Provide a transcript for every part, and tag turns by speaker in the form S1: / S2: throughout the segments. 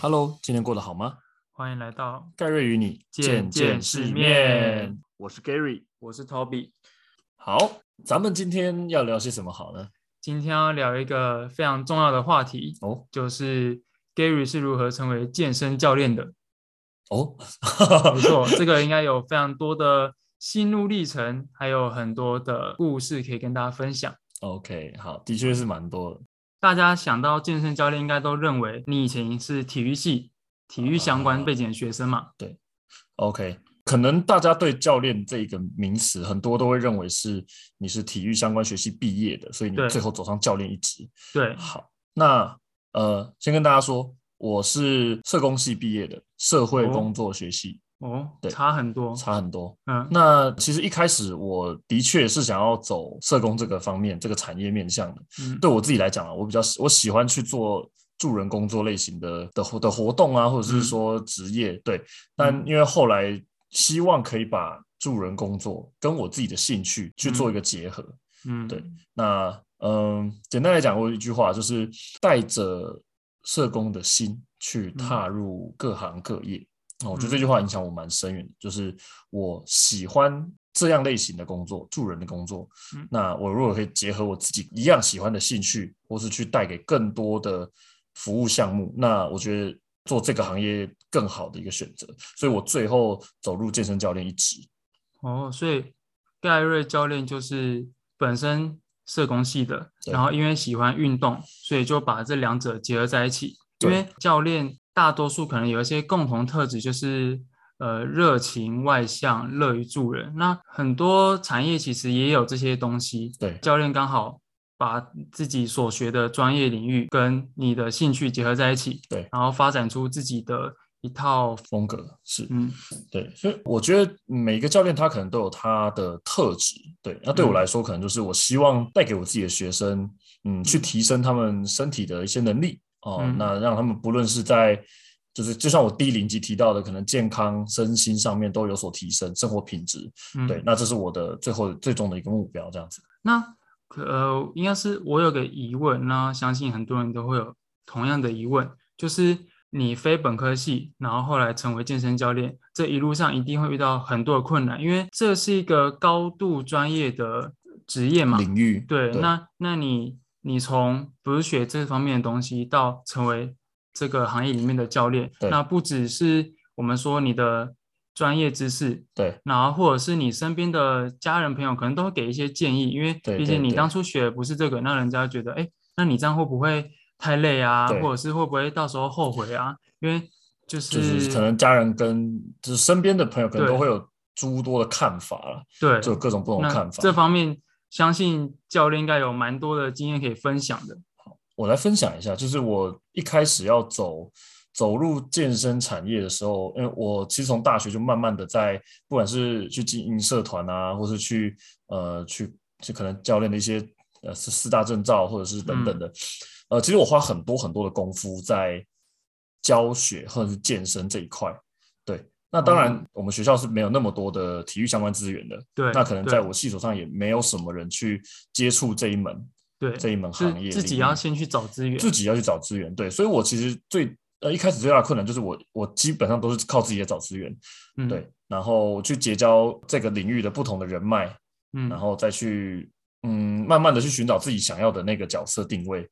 S1: Hello，今天过得好吗？
S2: 欢迎来到，
S1: 盖瑞与你
S2: 见见世面，
S1: 我是 Gary。
S2: 我是 Toby。
S1: 好，咱们今天要聊些什么好呢？
S2: 今天要聊一个非常重要的话题，
S1: 哦
S2: 就是 Gary 是如何成为健身教练的。
S1: 哦，
S2: 没错，这个应该有非常多的心路历程，还有很多的故事可以跟大家分享。
S1: OK，好，的确是蛮多的。
S2: 大家想到健身教练，应该都认为你以前是体育系、体育相关背景的学生嘛？
S1: OK，可能大家对教练这个名词，很多都会认为是你是体育相关学系毕业的，所以你
S2: 对
S1: 最后走上教练一职。
S2: 对，
S1: 好，那呃，先跟大家说，我是社工系毕业的，社会
S2: 哦
S1: 工作学系，
S2: 哦
S1: 对，
S2: 差很多，
S1: 差很多。
S2: 嗯，
S1: 那其实一开始我的确是想要走社工这个方面，这个产业面向的。
S2: 嗯
S1: 对我自己来讲啊，我比较喜我喜欢去做助人工作类型的的活的活动啊，或者是
S2: 嗯
S1: 说职业。对，但
S2: 嗯
S1: 因为后来希望可以把助人工作跟我自己的兴趣去做一个结合。
S2: 嗯，
S1: 对，那嗯，简单来讲，我有一句话就是带着社工的心去踏入各行各业。哦，我觉得这句话影响我蛮深远的，就是我喜欢这样类型的工作，助人的工作。
S2: 嗯
S1: 那我如果可以结合我自己一样喜欢的兴趣，或是去带给更多的服务项目，那我觉得做这个行业更好的一个选择。所以我最后走入健身教练一职。
S2: 哦，所以盖瑞教练就是本身社工系的，
S1: 对
S2: 然后因为喜欢运动，所以就把这两者结合在一起。因
S1: 对
S2: 为教练大多数可能有一些共同特质，就是呃热情、外向、乐于助人。那很多产业其实也有这些东西，
S1: 对
S2: 教练刚好把自己所学的专业领域跟你的兴趣结合在一起，
S1: 对，
S2: 然后发展出自己的一套，
S1: 风格是
S2: 嗯
S1: 对，所以我觉得每个教练他可能都有他的特质，对。那对
S2: 嗯
S1: 我来说，可能就是我希望带给我自己的学生，嗯，去提升他们身体的一些能力哦、
S2: 嗯
S1: 那让他们不论是在就是就像我第零集提到的，可能健康、身心上面都有所提升，生活品质。
S2: 嗯，
S1: 对，那这是我的最后最终的一个目标，这样子。
S2: 那可呃，应该是我有个疑问，那相信很多人都会有同样的疑问，就是你非本科系，然后后来成为健身教练，这一路上一定会遇到很多的困难，因为这是一个高度专业的职业嘛。
S1: 领域
S2: 对，那那你你从不是学这方面的东西，到成为这个行业里面的教练，
S1: 对
S2: 那不只是我们说你的专业知识，
S1: 对
S2: 然后或者是你身边的家人朋友，可能都会给一些建议，因为
S1: 对
S2: 毕
S1: 对
S2: 竟你
S1: 对
S2: 当初学的不是这个，那人家觉得，哎，那你这样会不会太累啊？
S1: 对
S2: 或者是会不会到时候后悔啊？因为就是
S1: 就是可能家人跟就是身边的朋友可能
S2: 对
S1: 都会有诸多的看法了，
S2: 对
S1: 就有各种不同的
S2: 那
S1: 看法。
S2: 这方面，相信教练应该有蛮多的经验可以分享的。
S1: 我来分享一下，就是我一开始要走走入健身产业的时候，因为我其实从大学就慢慢的在，不管是去经营社团啊，或是去呃去去可能教练的一些呃四四大证照，或者是等
S2: 嗯
S1: 等的，呃，其实我花很多很多的功夫在教学或者是健身这一块。对，那当然
S2: 哦
S1: 我们学校是没有那么多的体育相关资源的，
S2: 对，
S1: 那可能
S2: 对
S1: 在我系统上也没有什么人去接触这一门
S2: 对
S1: 这一门
S2: 是
S1: 行业，
S2: 自己要先去找资源。
S1: 自己要去找资源。对，所以我其实最呃一开始最大的困难就是我我基本上都是靠自己在找资源，
S2: 嗯，
S1: 对，然后去结交这个领域的不同的人脉，
S2: 嗯，
S1: 然后再去嗯慢慢的去寻找自己想要的那个角色定位。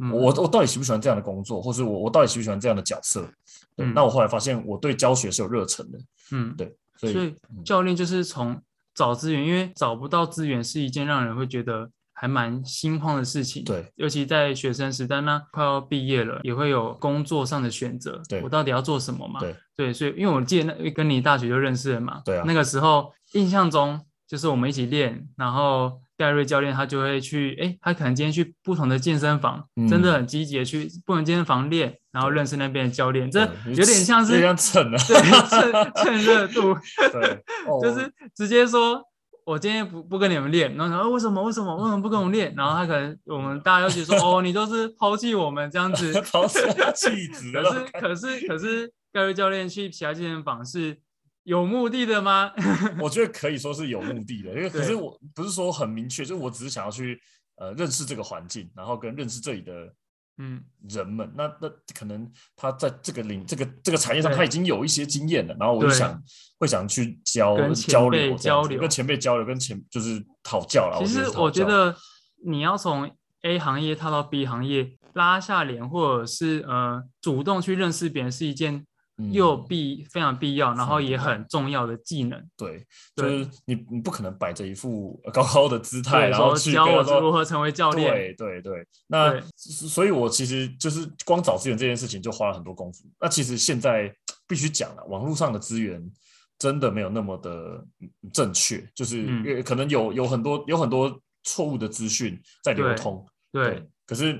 S2: 嗯
S1: 我我到底喜不喜欢这样的工作，或是我我到底喜不喜欢这样的角色？对，
S2: 嗯
S1: 那我后来发现我对教学是有热忱的，
S2: 嗯，
S1: 对所以
S2: 所以
S1: 嗯
S2: 教练就是从找资源，因为找不到资源是一件让人会觉得还蛮心慌的事情。
S1: 对，
S2: 尤其在学生时代，那快要毕业了，也会有工作上的选择。
S1: 对
S2: 我到底要做什么嘛？
S1: 对，
S2: 所以因为我记得那跟你大学就认识了嘛，
S1: 对啊
S2: 那个时候印象中就是我们一起练，然后戴瑞教练他就会去，诶，他可能今天去不同的健身房，
S1: 嗯
S2: 真的很积极的去不同健身房练，然后认识那边的教练，这
S1: 对
S2: 有点像是
S1: 有点像蹭啊，
S2: 对，趁趁热度，
S1: 对，哦
S2: 就是直接说，我今天不不跟你们练，然后说、哦为什么为什么为什么不跟我们练？然后他可能 我们大家就觉得说，哦，你都是抛弃我们这样子。
S1: 跑死气质
S2: 可
S1: 了
S2: 是，可是可是，盖瑞教练去其他健身房是有目的的吗？
S1: 我觉得可以说是有目的的，因为可
S2: 对
S1: 是我不是说很明确，就是我只是想要去呃认识这个环境，然后跟认识这里的
S2: 嗯
S1: 人们，那那可能他在这个领这个这个产业上
S2: 对
S1: 他已经有一些经验了，然后我就
S2: 对
S1: 想会想去交
S2: 跟前
S1: 交
S2: 辈
S1: 流这
S2: 交
S1: 样子
S2: 流
S1: 跟前辈交流，跟前就是讨教啦。
S2: 其
S1: 觉得
S2: 实
S1: 是讨
S2: 我觉
S1: 教
S2: 得你要从 A 行业踏到 B 行业，拉下脸或者是呃主动去认识别人是一件
S1: 嗯
S2: 又必、非常必要，然后
S1: 非常
S2: 也
S1: 必要
S2: 很重要的技能。
S1: 对，就
S2: 对
S1: 是你你不可能摆着一副呃高高的姿态，
S2: 对
S1: 然后
S2: 说
S1: 去
S2: 教
S1: 跟
S2: 我
S1: 他说
S2: 如何成为教练
S1: 对对对，那
S2: 对
S1: 所所以，我其实就是光找资源这件事情就花了很多功夫。那其实现在必须讲了，网络上的资源真的没有那么的嗯正确，就是
S2: 嗯
S1: 因为可能有有很多有很多错误的资讯在流
S2: 对
S1: 通。
S2: 对，
S1: 可是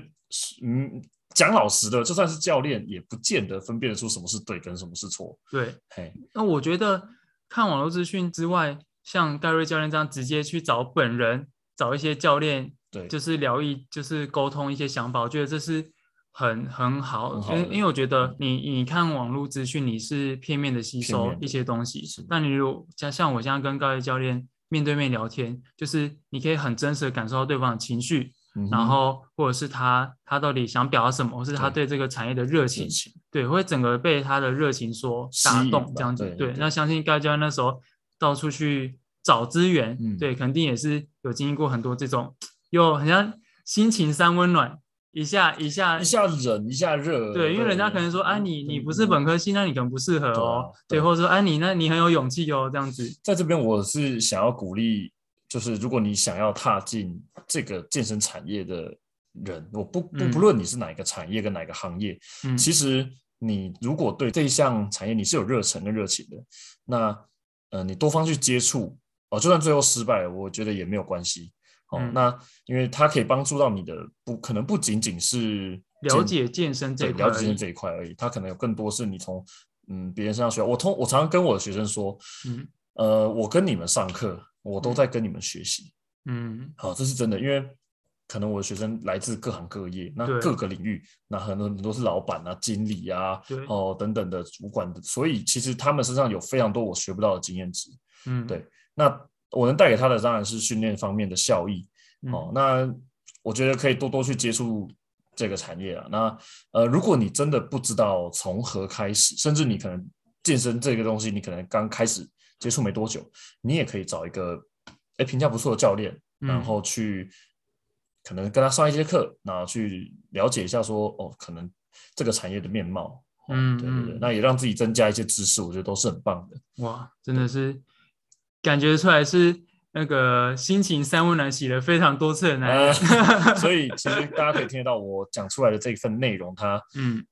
S1: 嗯，讲老实的，就算是教练，也不见得分辨得出什么是对跟什么是错。
S2: 对，
S1: 嘿，
S2: 那我觉得看网络资讯之外，像盖瑞教练这样直接去找本人，找一些教练
S1: 对，
S2: 就是聊一，就是沟通一些想法，我觉得这是很很
S1: 很
S2: 好，
S1: 好
S2: 因
S1: 的
S2: 为因为我觉得你你看网络资讯，你是片面的吸
S1: 片
S2: 收
S1: 面的
S2: 一些东西
S1: 是，
S2: 但你如果像像我现在跟高一教练面对面聊天，就是你可以很真实的感受到对方的情绪，
S1: 嗯哼
S2: 然后或者是他他到底想表达什么，或是他
S1: 对
S2: 对这个产业的热
S1: 事
S2: 情，
S1: 情
S2: 对，会整个被他的热情所
S1: 吸
S2: 打
S1: 引
S2: 动
S1: 吧，
S2: 这样子。
S1: 对对
S2: 那相信高教那时候到处去找资源，
S1: 嗯
S2: 对，肯定也是有经历过很多这种，又很像心情三温暖，一下一下
S1: 一下冷一下热，嗯
S2: 对，因为人家可能说，哎、你你不是本科系，那你可能不适合
S1: 对啊
S2: 哦，
S1: 对
S2: 对，或者说，哎、你那你很有勇气哦，这样子，
S1: 在这边我是想要鼓励，就是如果你想要踏进这个健身产业的人，我不不
S2: 嗯
S1: 不论你是哪一个产业跟哪一个行业，
S2: 嗯，
S1: 其实你如果对这一项产业你是有热忱跟热情的，那呃你多方去接触哦，就算最后失败了，我觉得也没有关系。哦，
S2: 嗯
S1: 那因为它可以帮助到你的，不可能不仅仅是
S2: 了
S1: 健
S2: 解健身这
S1: 对
S2: 一块
S1: 了
S2: 而
S1: 解
S2: 已，
S1: 这一块而已，它可能有更多是你从嗯别人身上学到。我通我常常跟我的学生说，
S2: 嗯
S1: 呃，我跟你们上课，我都在跟你们学习。
S2: 嗯
S1: 好、这是真的，因为可能我的学生来自各行各业，那
S2: 对
S1: 各个领域，那很多很多是老板啊、经理啊，
S2: 对
S1: 哦等等的主管的，所以其实他们身上有非常多我学不到的经验值。
S2: 嗯，
S1: 对那我能带给他的当然是训练方面的效益，
S2: 嗯，
S1: 哦，那我觉得可以多多去接触这个产业啊。那呃，如果你真的不知道从何开始，甚至你可能健身这个东西，你可能刚开始接触没多久，你也可以找一个哎评价不错的教练，然
S2: 嗯
S1: 后去可能跟他上一节课，然后去了解一下说哦，可能这个产业的面貌。哦
S2: 嗯
S1: 对对
S2: 嗯
S1: 对，那也让自己增加一些知识，我觉得都是很棒的。
S2: 哇，真的是感觉出来是那个心情三温暖洗了非常多次的男人，
S1: 呃 所以其实大家可以听得到我讲出来的这份内容，它
S2: 嗯，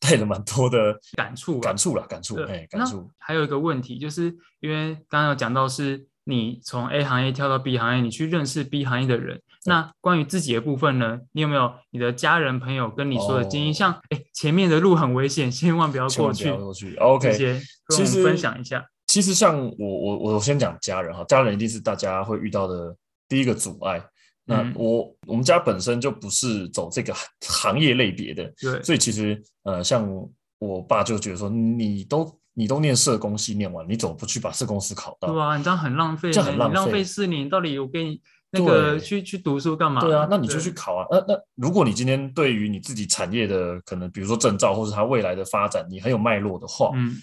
S1: 带了蛮多的
S2: 感触啊
S1: 感触啦，感触，哎，感
S2: 那
S1: 触，
S2: 还有一个问题，就是因为刚刚有讲到是你从 A 行业跳到 B 行业，你去认识 B 行业的人。那关于自己的部分呢，你有没有你的家人朋友跟你说的建议？
S1: 哦
S2: 像哎，诶前面的路很危险，千万不要
S1: 千
S2: 过
S1: 万不
S2: 去
S1: 要。过去。OK，
S2: 这些跟
S1: 其
S2: 我
S1: 实
S2: 们分享一下。
S1: 其实像我我我先讲家人哈，家人一定是大家会遇到的第一个阻碍。那
S2: 嗯
S1: 我、我们家本身就不是走这个行业类别的，
S2: 对，
S1: 所以其实呃，像我爸就觉得说，你都你都念社工系念完，你怎么不去把社工师考到？
S2: 对啊，你这样很浪费呢，
S1: 这样很浪
S2: 你浪
S1: 费
S2: 费四年，到底我给你那个
S1: 对
S2: 去去读书干嘛？
S1: 对啊，那你就
S2: 对
S1: 去考啊。那那如果你今天对于你自己产业的可能，比如说证照或是它未来的发展，你很有脉络的话，
S2: 嗯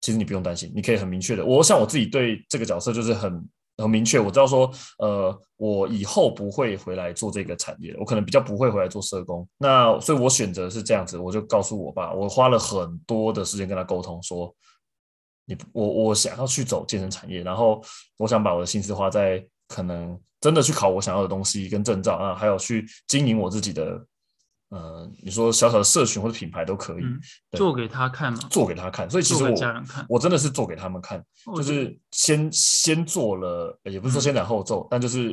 S1: 其实你不用担心，你可以很明确的。我像我自己对这个角色就是很很明确，我知道说，呃，我以后不会回来做这个产业，我可能比较不会回来做社工。那所以我选择是这样子，我就告诉我爸，我花了很多的时间跟他沟通说。你不我我想要去走健身产业，然后我想把我的心思花在可能真的去考我想要的东西跟证照啊，还有去经营我自己的，呃，你说小小的社群或者品牌都可以、
S2: 嗯，
S1: 对
S2: 做给他看嘛，
S1: 做给他看。所以其实
S2: 做给
S1: 我
S2: 家人看
S1: 我真的是做给他们看，
S2: 我
S1: 就
S2: 觉得
S1: 是先先做了，呃也不是说
S2: 哦嗯
S1: 先斩后奏，但 就是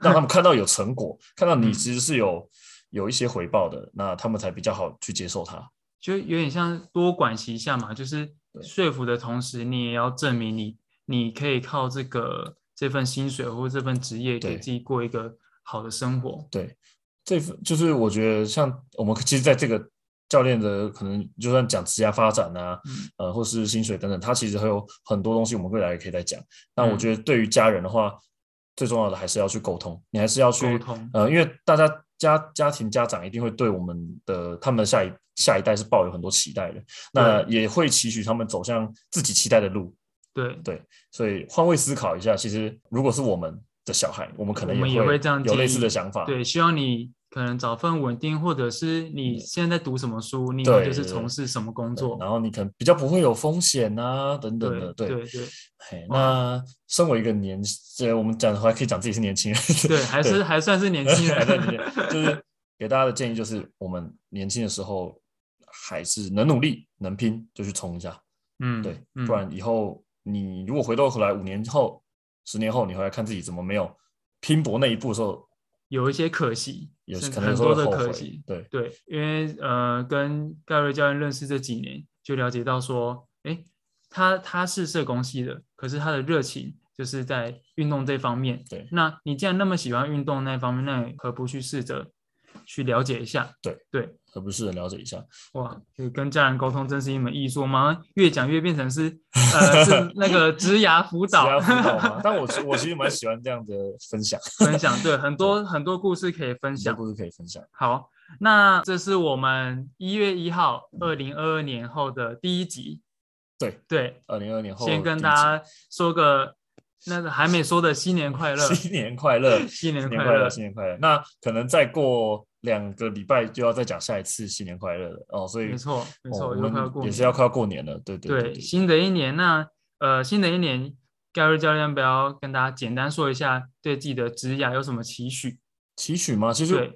S1: 让他们看到有成果，看到你
S2: 嗯
S1: 其实是有有一些回报的，那他们才比较好去接受它。
S2: 就有点像多管齐下嘛，就是
S1: 对
S2: 说服的同时，你也要证明你你可以靠这个这份薪水或这份职业给
S1: 对
S2: 自己过一个好的生活。
S1: 这份就是我觉得像我们其实在这个教练的可能就算讲职业发展啊，
S2: 嗯
S1: 呃，或是薪水等等，它其实还有很多东西我们未来也可以再讲。那
S2: 嗯
S1: 我觉得对于家人的话，最重要的还是要去沟通，你还是要去
S2: 沟通
S1: 呃，因为大家家家庭家长一定会对我们的他们的下一下一代是抱有很多期待的，那也会期许他们走向自己期待的路。
S2: 对
S1: 所以换位思考一下，其实如果是我们的小孩，我们可能
S2: 我们也
S1: 会
S2: 会这样
S1: 有类
S2: 建
S1: 似
S2: 议
S1: 的想法。
S2: 对，希望你可能找份稳定，或者是你现在在读什么书，你以
S1: 对
S2: 后
S1: 对
S2: 就是
S1: 对
S2: 从事什么工
S1: 对
S2: 作。
S1: 然后你可能比较不会有风险啊，等等的，
S2: 对
S1: 对。
S2: 对对
S1: 嘿
S2: 哇
S1: 那身为一个年，这我们讲还可以讲自己是年轻人，
S2: 对，还是还算是年轻
S1: 还在
S2: 人
S1: 里。面就是给大家的建议就是，我们年轻的时候还是能努力能拼就去冲一下，
S2: 嗯，
S1: 对，
S2: 嗯
S1: 不然以后你如果回到头来五年后、十年后，你回来看自己怎么没有拼搏那一步的时候，
S2: 有一些可惜，
S1: 有
S2: 甚
S1: 可
S2: 很
S1: 能说
S2: 多的
S1: 后
S2: 可
S1: 悔
S2: 惜。，
S1: 对
S2: 对，因为呃，跟盖瑞教练认识这几年，就了解到说，诶，他他是社工系的，可是他的热情就是在运动这方面。
S1: 对
S2: 那你既然那么喜欢运动那方面，那你何不去试着去了解一下？
S1: 对
S2: 对，
S1: 而不是了解一下，
S2: 哇，就跟家人沟通真是一门艺术吗？越讲越变成是呃，是那 个职涯辅
S1: 只要
S2: 导
S1: 辅 导吗？但我其我其实蛮喜欢这样的分享，
S2: 分享，对，很多很多故事可以分
S1: 很多
S2: 享。
S1: 故事可以分享。
S2: 好，那这是我们一月一号，二零二二年后的第一集。
S1: 对
S2: 对，
S1: 二零二年后，
S2: 先跟大家说个那个还没说的新年快乐，
S1: 新年快乐，
S2: 新年
S1: 新
S2: 快
S1: 年
S2: 乐
S1: 乐，，新年快乐。那可能再过两个礼拜就要再讲下一次新年快乐了哦，所以
S2: 没错没错
S1: 哦我
S2: 又快要过
S1: 们也是
S2: 年
S1: 要快要过年了，对对对
S2: 对，新的一年那呃，新的一年，盖瑞教练要不要跟大家简单说一下对自己的职涯有什么期许？
S1: 期许吗？其实
S2: 对，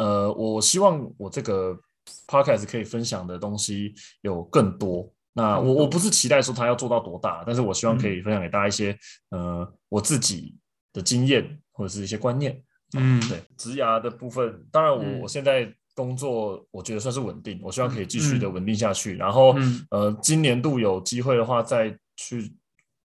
S1: 呃，我希望我这个 podcast 可以分享的东西有更多。那
S2: 更
S1: 我
S2: 多嗯
S1: 我不是期待说它要做到多大，但是我希望可以分享给大家一些、呃我自己的经验或者是一些观念。
S2: 嗯，
S1: 对，职涯的部分，当然我、
S2: 嗯
S1: 我现在工作我觉得算是稳定，我希望可以继续的
S2: 嗯
S1: 稳定下去。然后、
S2: 嗯
S1: 呃，今年度有机会的话，再去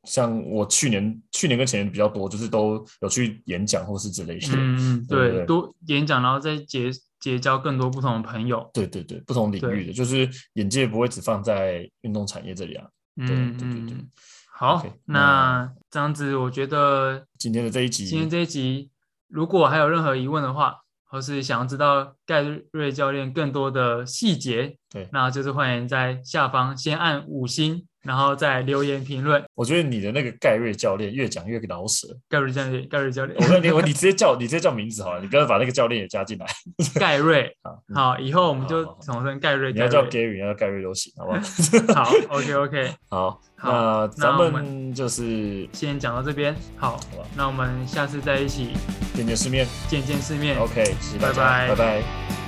S1: 像我去年去年跟前年比较多，就是都有去演讲或是之类的。
S2: 嗯嗯，
S1: 对
S2: 对，
S1: 对
S2: 多演讲，然后再结结交更多不同的朋友。
S1: 对对对，不同领域的，就是眼界不会只放在运动产业这里啊。对
S2: 嗯
S1: 对对对
S2: 嗯，好
S1: OK，，
S2: 那这样子，我觉得
S1: 今天的这一集，
S2: 今天这一集，如果还有任何疑问的话，或是想要知道盖瑞教练更多的细节，
S1: 对
S2: 那就是欢迎在下方先按五星，然后再留言评论。
S1: 我觉得你的那个盖瑞教练越讲越饶舌。
S2: 盖瑞教练，盖瑞教练
S1: 我，跟你，我你直接叫你直接叫名字好了，你不要把那个教练也加进来
S2: 盖瑞。
S1: 啊。好
S2: 好，以后我们就
S1: 好好好
S2: 统称盖瑞。
S1: 你
S2: 盖
S1: 要叫
S2: 瑞
S1: Gary，你要叫盖瑞都行，好不好？
S2: 好，OK OK，
S1: 好，
S2: 好
S1: 那咱
S2: 那我
S1: 们就是
S2: 先讲到这边。好
S1: 吧，
S2: 那我们下次再一起
S1: 见见世面
S2: 见见世面。
S1: ，OK，谢谢大家，
S2: 拜拜
S1: 拜拜